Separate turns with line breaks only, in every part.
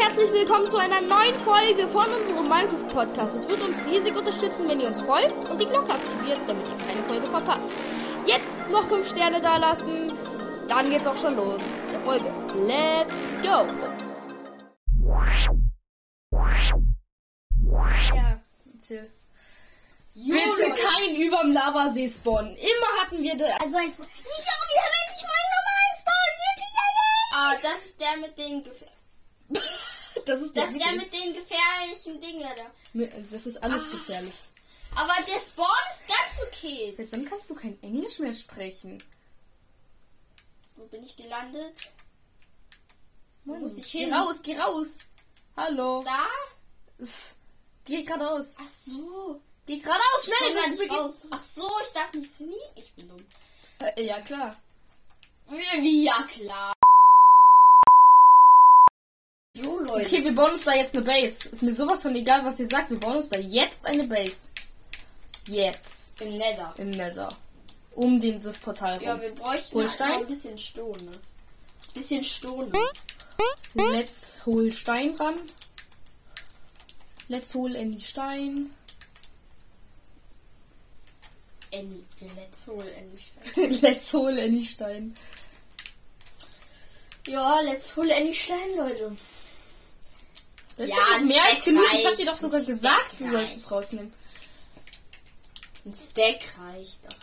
herzlich willkommen zu einer neuen Folge von unserem Minecraft-Podcast. Es wird uns riesig unterstützen, wenn ihr uns folgt und die Glocke aktiviert, damit ihr keine Folge verpasst. Jetzt noch 5 Sterne dalassen, dann geht's auch schon los. mit Der Folge. Let's go!
Ja, bitte.
Bitte kein überm Lavasee-Spawn. Immer hatten wir das.
Also eins. Ja, wir haben endlich meinen normalen Spawn. Yippie,
Ah, das ist der mit den Gefähr
Das ist,
Das ist der mit den gefährlichen Dingern da.
das ist alles gefährlich.
Aber der Spawn ist ganz okay.
Seit wann kannst du kein Englisch mehr sprechen?
Wo bin ich gelandet?
Mann,
muss ich
geh
hin?
raus, geh raus. Hallo.
Da?
Psst. Geh geradeaus.
Ach so.
Geh geradeaus,
Ich
schnell,
komm gar
sonst
nicht
vergisst
raus. Ach so, ich darf nicht sneaken. Ich bin dumm.
Äh, ja, klar.
Wie, ja klar. Jo, Leute.
Okay, wir bauen uns da jetzt eine Base. Ist mir sowas von egal, was ihr sagt. Wir bauen uns da jetzt eine Base. Jetzt.
Im Nether.
Im Nether. Um den, das Portal rum.
Ja, wir bräuchten
Holstein?
halt noch ein bisschen Stone. Bisschen Stone.
Let's hol Stein ran. Let's hol any Stein.
Annie, let's hol endlich.
Let's hol any Stein.
Ja, let's hol endlich Stein, Leute.
Das ist
Ja,
doch
ein
mehr als
Stack
genug. Ich hab
reicht.
dir doch sogar
Ein Stack
gesagt, du sollst
reicht.
es rausnehmen.
Ein Stack reicht doch.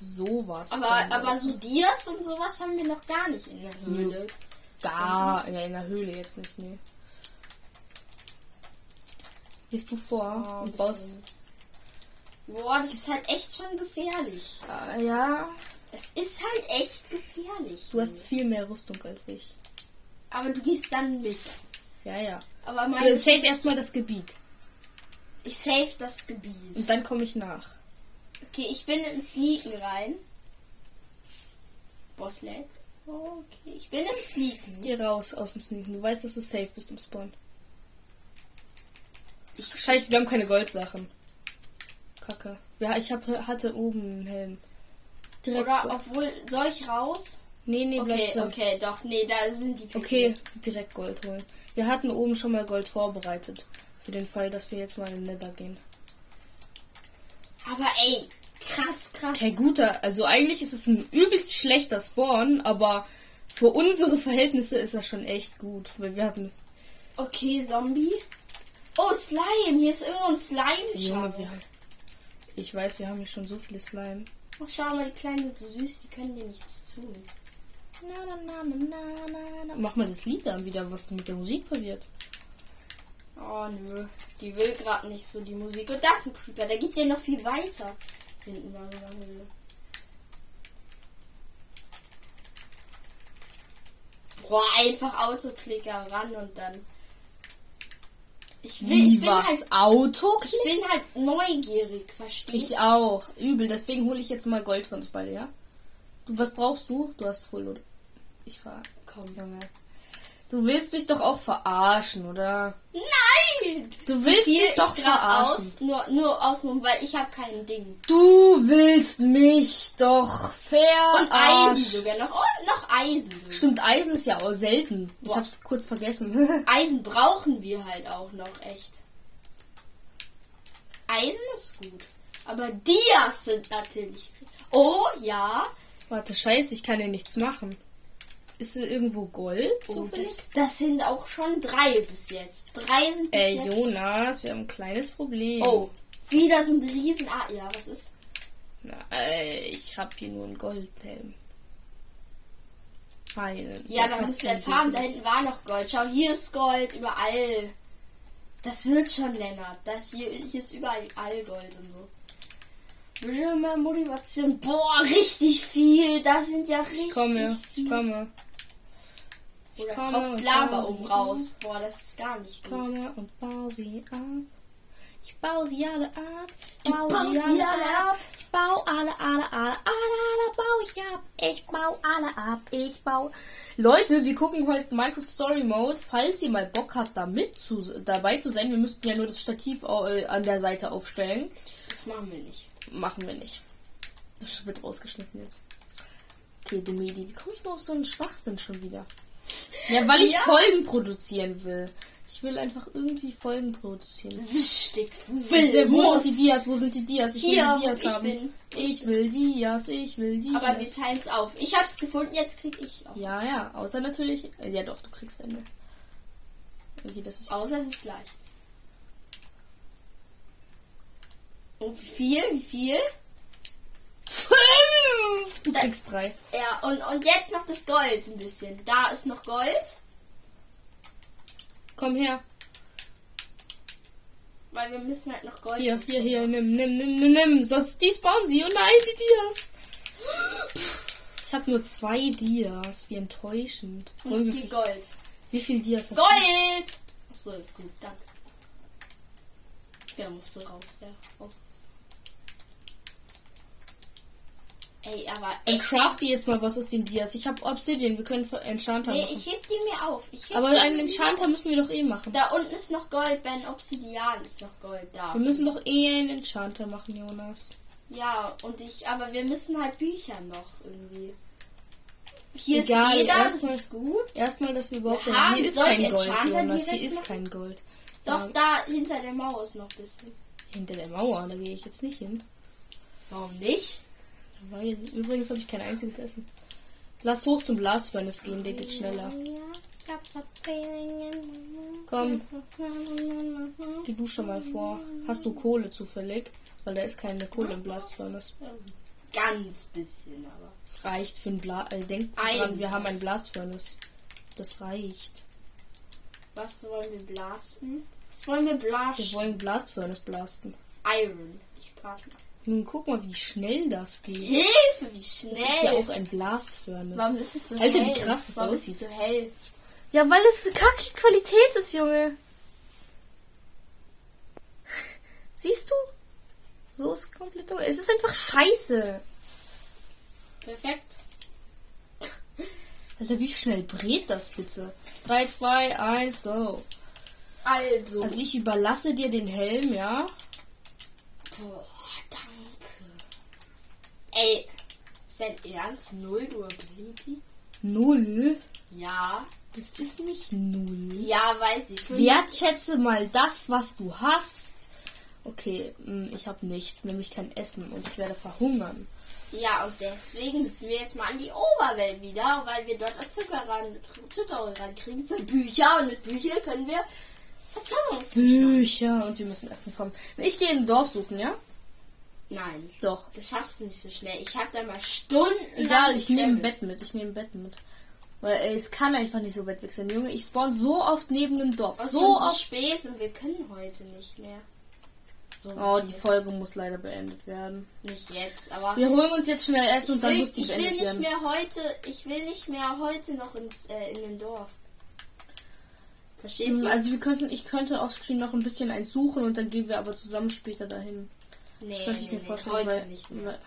Sowas.
Aber, aber so Dias und sowas haben wir noch gar nicht in der Höhle.
Da, ja, in der Höhle jetzt nicht, nee. Gehst du vor
Ah,
und
bisschen.
baust.
Boah, das ist halt echt schon gefährlich.
Ah, ja,
Es ist halt echt gefährlich.
du hast viel mehr Rüstung als ich.
aber du gehst dann mit.
Ja, ja.
Aber mein,
Du save erstmal das Gebiet.
ich save das
Und
Gebiet.
dann komme ich nach.
Okay, ich bin im Sneaken rein. Bosslet. Okay, ich bin im Sneaken.
Geh raus aus dem Sneaken. Du weißt, dass du safe bist im Spawn.
Ich-
Scheiße, wir haben keine Goldsachen. Kacke. Ja, ich hab, hatte oben einen Helm. Direkt.
Oder obwohl, soll ich raus?
nee, nee, bleib
Okay,
drin.
okay, doch, nee, da sind die
Okay, direkt Gold holen. Wir hatten oben schon mal Gold vorbereitet. Für den Fall, dass wir jetzt mal in Nether gehen.
Aber ey, krass, krass.
Kein guter, also eigentlich ist es ein übelst schlechter Spawn, aber für unsere Verhältnisse ist er schon echt gut. Weil wir hatten.
Okay, Zombie. Oh, Slime. Hier ist irgendwo ein Slime.
Junge,
Schau,
wir haben. Ich weiß, wir haben hier schon so viele Slime.
oh, schau mal, die Kleinen sind so süß. Die können dir nichts tun.
Na, na, na, na, na, na, na. Mach mal das Lied dann wieder, was mit der Musik passiert.
Oh, nö. Die will gerade nicht so die Musik. Und das ist ein Creeper. Da geht's ja noch viel weiter. Hinten war so eine Höhle. Boah, einfach Autoklicker ran und dann. Ich will, ich
Wie
bin
was?
halt,
Auto?
ich bin halt neugierig, verstehst
Ich auch. Übel. Deswegen hole ich jetzt mal Gold von uns beide, ja? Du, was brauchst du? Du hast Full Load. Ich ver...
Komm.
Junge. Du willst mich doch auch verarschen, oder?
Nein!
Du willst
Hier
mich doch
ich grad
verarschen.
aus, nur, nur außenrum, weil ich habe kein Ding.
Du willst mich doch verarschen.
Und Eisen sogar noch. Und noch Eisen sogar.
Stimmt, Eisen ist ja auch selten. Ich
Boah.
hab's kurz vergessen.
Eisen brauchen wir halt auch noch, echt. Eisen ist gut. Aber Dias sind natürlich. Oh ja.
Warte, scheiße, ich kann ja nichts machen. Ist hier irgendwo Gold
Oh,
zufällig?
das, das sind auch schon drei bis jetzt. Drei sind bis
Ey,
jetzt.
Jonas, wir haben ein kleines Problem.
Oh. Wieder so ein riesen Ah, ja, was ist?
Na, äh, ich hab hier nur einen Goldhelm. Einen.
Ja,
Der
da
fast
musst du ja
kein
farmen.
Silber.
Da hinten war noch Gold. Schau, hier ist Gold überall. Das wird schon, Lennart. Das hier, hier ist überall Gold und so. Bisschen mehr Motivation. Boah, richtig viel. Das sind ja richtig
Ich komme, ich
viel.
komme, ich
Oder
komme,
tropft
ich
Lava
komme.
oben raus. Boah, das ist gar nicht gut.
komme und bau sie ab. Ich bau sie alle ab.
Du baust sie alle ab.
Ich bau alle, alle, alle, alle, alle bau ich ab. Ich bau alle ab. Ich bau. Leute, wir gucken heute Minecraft Story Mode. Falls ihr mal Bock habt, da mit zu, dabei zu sein, wir müssten ja nur das Stativ äh, an der Seite aufstellen.
Das machen wir nicht.
Machen wir nicht. Das wird rausgeschnitten jetzt. Okay, Dumedi, wie komme ich nur auf so einen Schwachsinn schon wieder? Ja, weil ich
Ja.
Folgen produzieren will. Ich will einfach irgendwie Folgen produzieren.
Stick.
Wo sind die Dias? Wo sind die Dias? Ich will
Hier,
die Dias
ich
haben.
bin-
Ich will Dias, ich will Dias.
Aber wir teilen es auf. Ich hab's gefunden, jetzt krieg ich auch.
ja, ja, außer natürlich. äh, Ja, doch, du kriegst eine. Okay, das ist.
Außer es ist leicht. Oh, wie viel? Wie viel?
Fünf! Du kriegst drei.
Ja, und, und jetzt noch das Gold ein bisschen. Da ist noch Gold,
Komm her.
weil wir müssen halt noch Gold.
Hier, hier, hier, nimm, nimm, nimm, nimm, nimm. Sonst die spawnen sie. Und nein, die Dias. Ich habe nur zwei Dias. Wie enttäuschend. Und
Und
wie,
viel
viel,
Gold.
wie viel Dias hast du?
Gold! Achso, gut, dann. Der musste raus, der raus. Ey, aber.
Dann
Ey,
crafte jetzt mal was aus den Dias. Ich habe Obsidian. Wir können Enchanter
nee,
machen.
ich heb die mir auf. Ich heb
Aber
die
einen
mir-
Enchanter müssen wir doch eh machen.
Da unten ist noch Gold, Ben Obsidian ist noch Gold da.
Wir müssen doch eh einen Enchanter machen, Jonas.
Ja, und ich, aber wir müssen halt Bücher noch irgendwie. Hier
Egal,
ist jeder, das
erstmal-
ist gut.
Erstmal, dass wir überhaupt...
Wir
Ja,
haben-
hier ist
soll ich
kein Gold,
Enchanter
Jonas. Hier
direkt
ist
machen?
kein Gold.
Doch, da hinter der Mauer ist noch ein bisschen.
Hinter der Mauer, da gehe ich jetzt nicht hin.
Warum nicht?
Weil, übrigens habe ich kein einziges Essen. Lass hoch zum Blast Furnace gehen, der geht schneller. Komm, geh du schon mal vor. Hast du Kohle zufällig? Weil da ist keine Kohle im Blast Furnace.
Ganz bisschen, aber.
Es reicht für ein Blast... Äh, denk
Ein.
dran, wir haben ein Blast Furnace. Das reicht.
Was wollen wir blasten? Was wollen wir blasten?
Wir wollen Blast Furnace blasten.
Iron. Ich blasen.
Nun guck mal, wie schnell das geht.
Hilfe,
Das
wie
ist ja
schnell!
auch ein Blast Furnace.
Warum ist es so
Alter,
hell?
wie krass das
Warum
aussieht.
Ist es so hell?
Ja, weil es kacke Qualität ist, Junge. Siehst du? So ist komplett. Es ist einfach scheiße.
Perfekt.
Alter, wie schnell brät das bitte? 3, 2, 1, go.
Also.
Also ich überlasse dir den Helm, ja?
Boah, danke. Ey, ist dein Ernst? Null Durability?
Null?
Ja.
Das ist nicht null.
Ja, weiß ich.
Wertschätze mal das, was du hast. Okay, mm, ich habe nichts, nämlich kein Essen und ich werde verhungern.
Ja, und deswegen müssen wir jetzt mal an die Oberwelt wieder, weil wir dort auch Zucker, ran, Zucker rankriegen für Bücher. Und mit Büchern können wir Verzauberungs...
Bücher und wir müssen Essen farmen. Ich gehe ein Dorf suchen, ja?
Nein.
Doch.
Du schaffst nicht so schnell. Ich hab da mal Stunden.
Egal, ich nehme ein Bett mit. Ich nehme ein Bett mit. Weil ey, es kann einfach nicht so weit weg sein, Junge. Ich spawn so oft neben dem Dorf.
so
so
schon so
oft.
spät und wir können heute nicht mehr. So
Oh,
viel.
die Folge muss leider beendet werden.
nicht jetzt, aber
Wir holen uns jetzt schnell Essen und dann muss
ich,
die
ich will
beendet
nicht
werden.
mehr heute, ich will nicht mehr heute noch ins äh, in den Dorf. Verstehst
Hm,
du?
Also wir könnten, ich könnte offscreen noch ein bisschen eins suchen und dann gehen wir aber zusammen später dahin.
nee,
Das könnte ich
nee,
mir
nee,
vorstellen,
heute
weil,
nicht mehr.
weil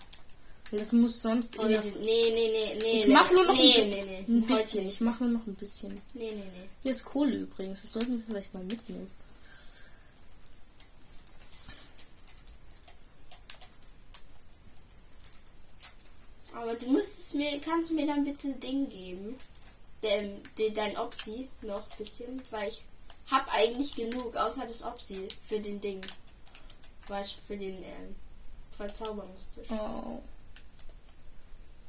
weil das muss sonst
Heute,
eher.
nee, nee, nee, nee.
Ich
nee,
mache nur noch
nee,
ein,
nee, nee,
ein
heute
bisschen.
nicht.
Ich mache nur noch ein bisschen.
Nee, nee, nee.
Hier ist Kohle übrigens. Das sollten wir vielleicht mal mitnehmen.
Aber du müsstest mir, kannst du mir dann bitte ein Ding geben? Den, den, dein Opsi noch ein bisschen, weil ich hab eigentlich genug, außer das Opsi für den Ding. Weißt du, für den ähm, Verzauberungstisch.
Oh.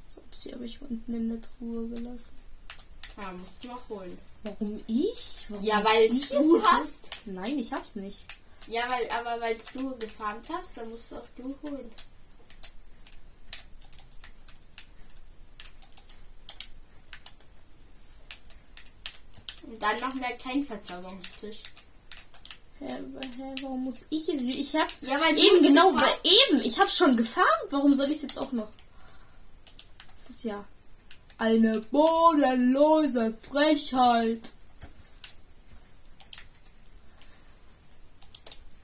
So, sie habe ich unten in der Truhe gelassen.
Ja, Ah, musst du noch holen.
Warum ich? Warum
Ja,
jetzt
weil
ich
du
es hab?
hast.
Nein, ich hab's nicht.
Ja, weil, aber weil du gefarmt hast, dann musst du auch du holen. Und dann machen wir halt keinen Verzauberungstisch.
Hä, hä, warum muss ich es? Ich hab's
Ja, weil du
eben
hast
genau,
gefarmt.
weil eben. Ich hab's schon gefarmt. Warum soll ich's jetzt auch noch? Das ist ja eine bodenlose Frechheit.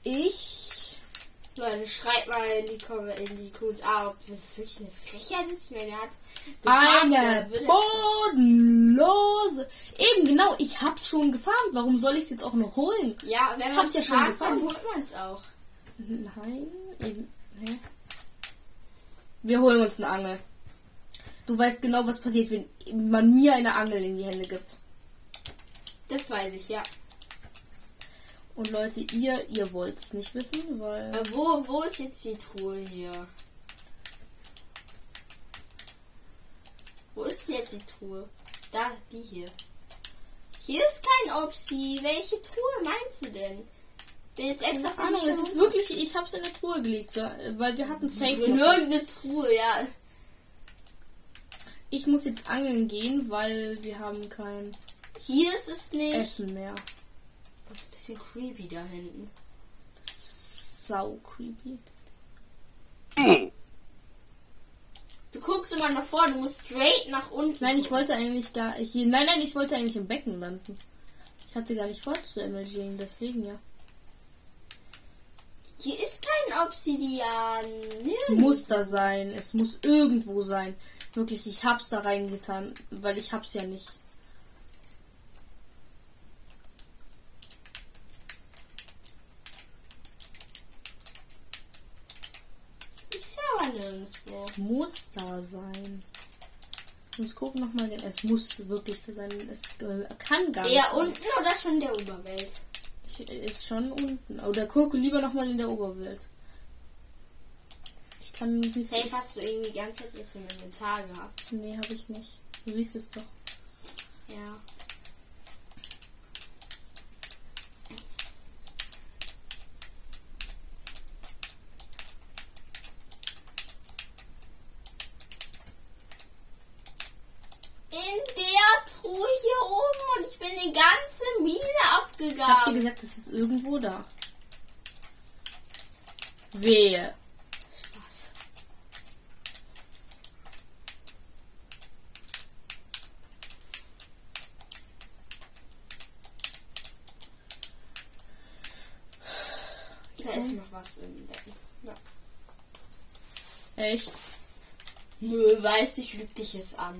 Ich
Leute, schreibt mal in die Kom in die QA, ob das wirklich eine Frechheit ist. Ich meine, er hat gefarmt,
Eine
dann wird er-
bodenlose. Eben genau, ich hab's schon gefarmt. Warum soll ich's jetzt auch noch holen?
Ja,
Ich
wenn man
hab's
es
ja
ja
schon
fragt,
gefarmt.
dann holt man es auch.
Nein, eben. Hä? Wir holen uns eine Angel. Du weißt genau, was passiert, wenn man mir eine Angel in die Hände gibt.
Das weiß ich, ja.
Und Leute, ihr, ihr wollt es nicht wissen, weil.
Äh, wo, wo ist jetzt die Truhe hier? Wo ist jetzt die Truhe? Da, die hier. Hier ist kein Opsi. Welche Truhe meinst du denn? Bin jetzt extra
Keine Ahnung,
dich
es ist
herum-
wirklich. Ich hab's in der Truhe gelegt, ja, weil wir hatten
Ich
Safe.
will irgendeine Truhe, ja.
Ich muss jetzt angeln gehen, weil wir haben kein
Hier ist es nicht.
Essen mehr.
Das ist ein bisschen creepy da hinten.
Sau creepy.
Du guckst immer nach vorne, du musst straight nach unten.
Nein, ich
gucken.
wollte eigentlich gar hier. Nein, nein, ich wollte eigentlich im Becken landen. Ich hatte gar nicht vor zu emergieren, deswegen ja.
Hier ist kein Obsidian.
Es
Nirgends.
muss da sein. Es muss irgendwo sein. Wirklich, ich hab's da reingetan, weil ich hab's ja nicht.
Ist ja aber nirgendwo.
Es muss da sein. Uns gucken nochmal, denn es muss wirklich da sein. Es äh, kann gar
Eher
nicht.
unten oder schon der Oberwelt?
sein. Ich, ist schon unten. Oder guck lieber nochmal in der Oberwelt. Ich kann mich nicht.
Safe hast du irgendwie die ganze Zeit jetzt im Inventar gehabt.
Nee, habe ich nicht. Du siehst es doch.
Ja. In der Truhe hier oben und ich bin die ganze Mine
Habt ihr
abgegangen.
gesagt, es ist irgendwo da? Wehe.
Was? Da ist noch was im Becken. Ja.
Echt?
Nö, weiß ich, lüg dich jetzt an.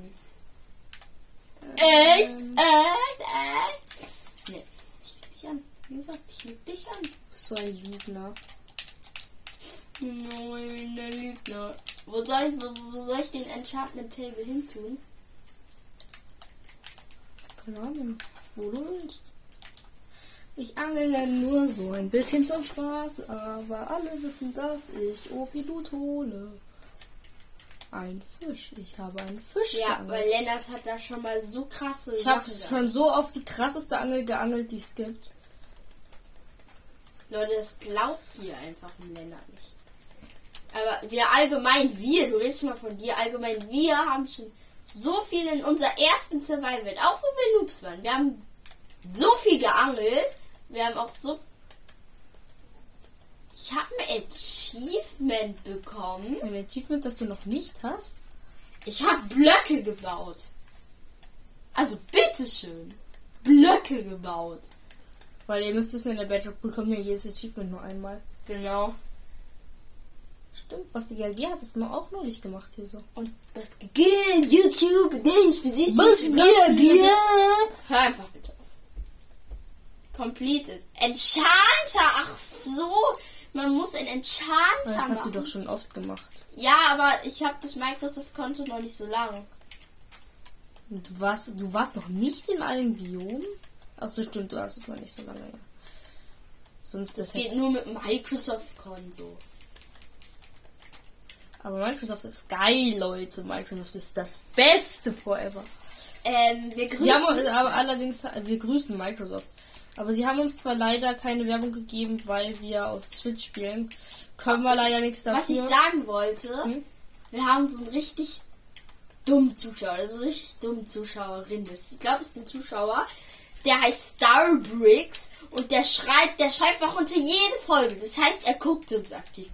Echt? Echt? Echt? Äh, ähm. Nee, ich lüg dich an. Wie gesagt, ich lüg dich an.
Bist du ein Lügner?
Nein, der Lügner. Wo soll ich, wo, wo soll ich den Enchantment Table hin tun?
Keine Ahnung. Wo du willst. Ich angele nur so ein bisschen zum Spaß, aber alle wissen, dass ich Opidut hole. Ein Fisch. Ich habe einen Fisch
Ja,
geangelt.
weil Lennart hat da schon mal so krasse
ich habe
Sachen
schon so oft die krasseste Angel geangelt, die es gibt.
gehabt. Leute, das glaubt ihr einfach um Lennart nicht. Aber wir allgemein, wir, du redest mal von dir, allgemein, wir haben schon so viel in unserer ersten Survival, auch wo wir Noobs waren. Wir haben so viel geangelt. Wir haben auch so. Ich habe ein Achievement bekommen.
Ein Achievement, das du noch nicht hast?
Ich habe Blöcke gebaut. Also bitteschön. Blöcke gebaut.
Weil ihr müsst wissen, in der Bedrock bekommt ihr jedes Achievement nur einmal.
Genau.
Stimmt, was die GLG hat es nur auch neulich gemacht hier so.
Und was geht? YouTube, ich besiege
Was geht,
Hör einfach bitte auf. Completed. Enchanter, ach so. Man muss ein Enchanter
Das hast du
machen.
doch schon oft gemacht.
Ja, aber ich habe das Microsoft-Konto noch nicht so lange.
Und du warst, du warst noch nicht in allen Biomen? Achso, stimmt, du hast es noch nicht so lange. Ja. Sonst das
Das
hätte,
geht nur mit Microsoft-Konto.
Aber Microsoft ist geil, Leute. Microsoft ist das Beste forever.
Ähm, wir grüßen.
Sie haben uns- aber allerdings, wir grüßen Microsoft. Aber sie haben uns zwar leider keine Werbung gegeben, weil wir auf Switch spielen. Können wir leider nichts dafür.
Was ich sagen wollte,
Hm?
wir haben so einen richtig dummen Zuschauer, also so richtig dummen Zuschauerin. Das- Ich glaube, es ist ein Zuschauer, der heißt Starbricks und der schreibt, der schreibt auch unter jede Folge. Das heißt, er guckt uns aktiv.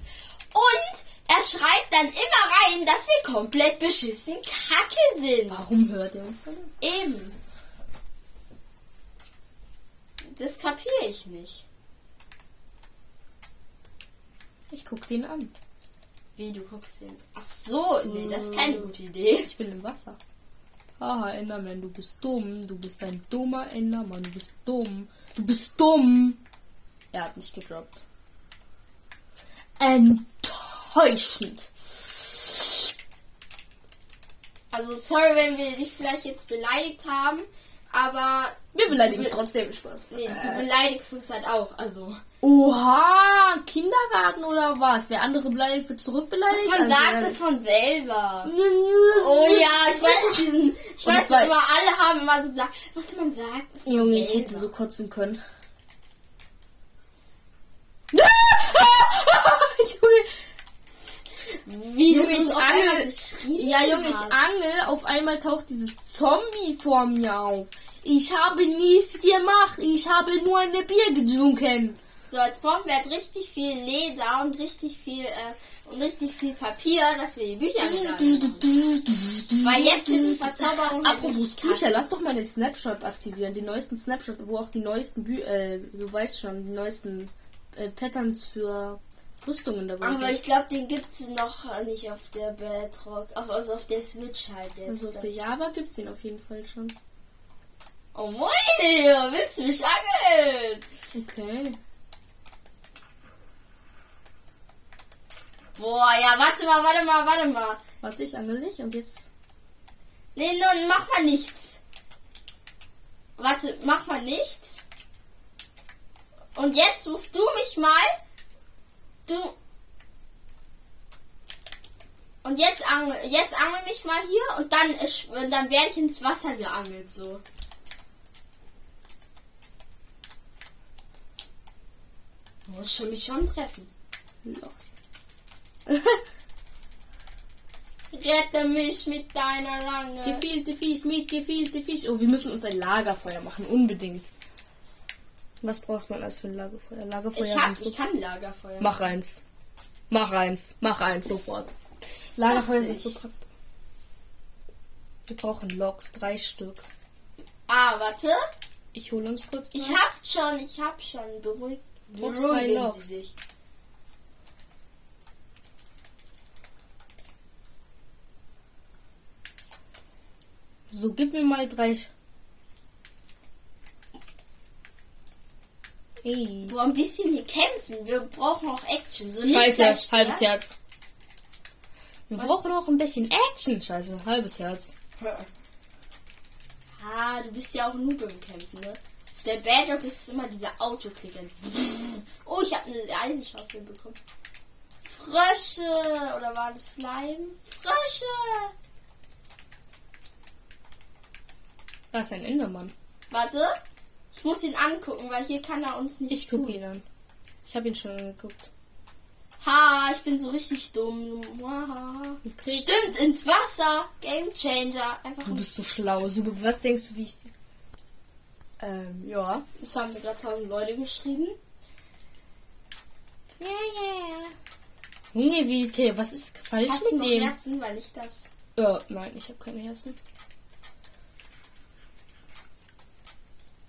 Und er schreibt dann immer rein, dass wir komplett beschissen Kacke sind.
Warum hört ihr uns denn?
Eben. Das kapiere ich nicht.
Ich guck den an.
Wie du guckst den. Ach so, nee, das ist keine gute Idee.
Ich bin im Wasser. Haha, Enderman, du bist dumm. Du bist ein dummer Enderman. Du bist dumm. Du bist dumm. Er hat nicht gedroppt. Enttäuschend.
Also sorry, wenn wir dich vielleicht jetzt beleidigt haben, aber
Wir beleidigen trotzdem Spaß.
nee, du beleidigst uns halt auch. Also
Oha, Kindergarten oder was? Wer andere beleidigt, wird zurückbeleidigt.
man
Also,
sagt das von selber.
äh,
Oh ja, ich weiß nicht, diesen, ich
Und
weiß
zwar-
nicht, immer alle haben immer so gesagt, was man sagt. ist von
Junge, ich
selber.
hätte so kotzen können. Junge,
Wie
Junge,
das
ich
uns auf
angel-
einmal geschrien
Ja, Junge, ich
hast.
angel. Auf einmal taucht dieses Zombie vor mir auf. Ich habe nichts gemacht. Ich habe nur eine Bier getrunken.
So, jetzt brauchen wir halt richtig viel Leder und richtig viel äh, und richtig viel Papier, dass wir die Bücher nicht Weil jetzt sind die Verzauberungen. halt
Apropos
richtig kacke.
Bücher, lass doch mal den Snapshot aktivieren. Die neuesten Snapshot, wo auch die neuesten, Bü äh, du weißt schon, die neuesten äh, Patterns für Rüstungen dabei
Aber
sind.
Also ich glaube, den gibt's noch nicht auf der Bedrock, auf- also auf der Switch halt jetzt.
Also auf der Java gibt's den auf jeden Fall schon.
Oh moin, Leo, willst du mich angeln?
Okay.
Boah, ja, warte mal, warte mal, warte mal.
Warte, ich angel dich und jetzt.
Nee, nun mach mal nichts. Warte, mach mal nichts. Und jetzt musst du mich mal. Du. Und jetzt angel, jetzt angel mich mal hier und dann, ist- und dann werde ich ins Wasser geangelt, so. Muss schon mich schon treffen.
Los.
Rette mich mit deiner Lange.
Gefehlte Fisch, mitgefehlte Fisch. Oh, wir müssen uns ein Lagerfeuer machen, unbedingt. Was braucht man als für ein Lagerfeuer? Lagerfeuer
Ich, hab,
sind so-
ich kann Lagerfeuer.
Mach eins. Mach eins. Mach eins, sofort. Lagerfeuer sind so praktisch. Wir brauchen Loks, drei Stück.
Ah, warte.
Ich hole uns kurz.
Ich
mal.
hab schon, ich hab schon. Beruhigt.
brauchst drei
Beruhigen Sie
Loks.
sich.
So, gib mir mal drei. Ey.
Boah, ein bisschen hier kämpfen. Wir brauchen auch Action. So nicht
Scheiße,
zerstören.
halbes Herz. Wir brauchen auch ein bisschen Action. Scheiße, halbes Herz.
Ah, du bist ja auch Noob im Kämpfen, ne? Auf der Bad Rock ist es immer dieser Autoklicker. dieses Oh, ich hab eine Eisenschaufel bekommen. Frösche! Oder war das Slime? Frösche!
Da Ah, ist ein Endermann.
Warte. Ich muss ihn angucken, weil hier kann er uns nicht
Ich
zu.
gucke ihn an. Ich habe ihn schon angeguckt.
Ha, ich bin so richtig dumm. Haha.
Du kriegst-
Stimmt, ins Wasser. Game Changer. Einfach.
Du bist so schlau. So, was denkst du, wie ich. Ähm, ja.
Das haben mir gerade tausend Leute geschrieben. Ja, ja, ja.
Junge, wie. te- Was ist falsch
Hast du
mit
noch
dem?
Herzen, weil ich das.
Ja, nein, ich habe keine Herzen.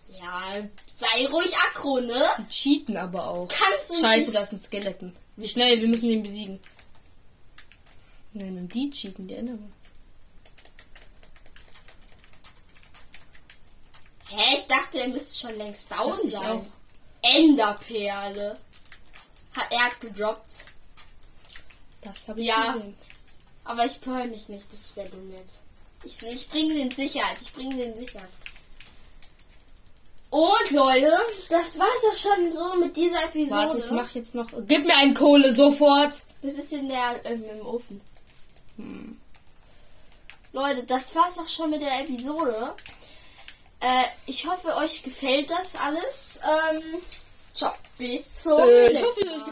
Ja, sei ruhig aggro, ne?
Die cheaten aber auch.
Kannst du uns
Scheiße,
jetzt-
das sind Skeletten. Wie schnell, wir müssen den besiegen. Nein, und die cheaten, die Endermann.
Hä, ich dachte, er müsste schon längst down
Dachte ich
sein.
auch.
Enderperle. Hat er hat gedroppt.
Das habe ich
Ja.
gesehen.
Aber ich pearl mich nicht, das wäre dumm jetzt. Ich, ich bringe den in Sicherheit, ich bringe den in Sicherheit. Und Leute, das war's auch schon so mit dieser Episode.
Warte, ich mach jetzt noch. Gib mir einen Kohle sofort!
Das ist in der ähm, im Ofen.
Hm.
Leute, das war's auch schon mit der Episode. Äh, ich hoffe, euch gefällt das alles. Ähm, ciao, bis zum
Äh, ich
nächsten
hoffe,
Mal.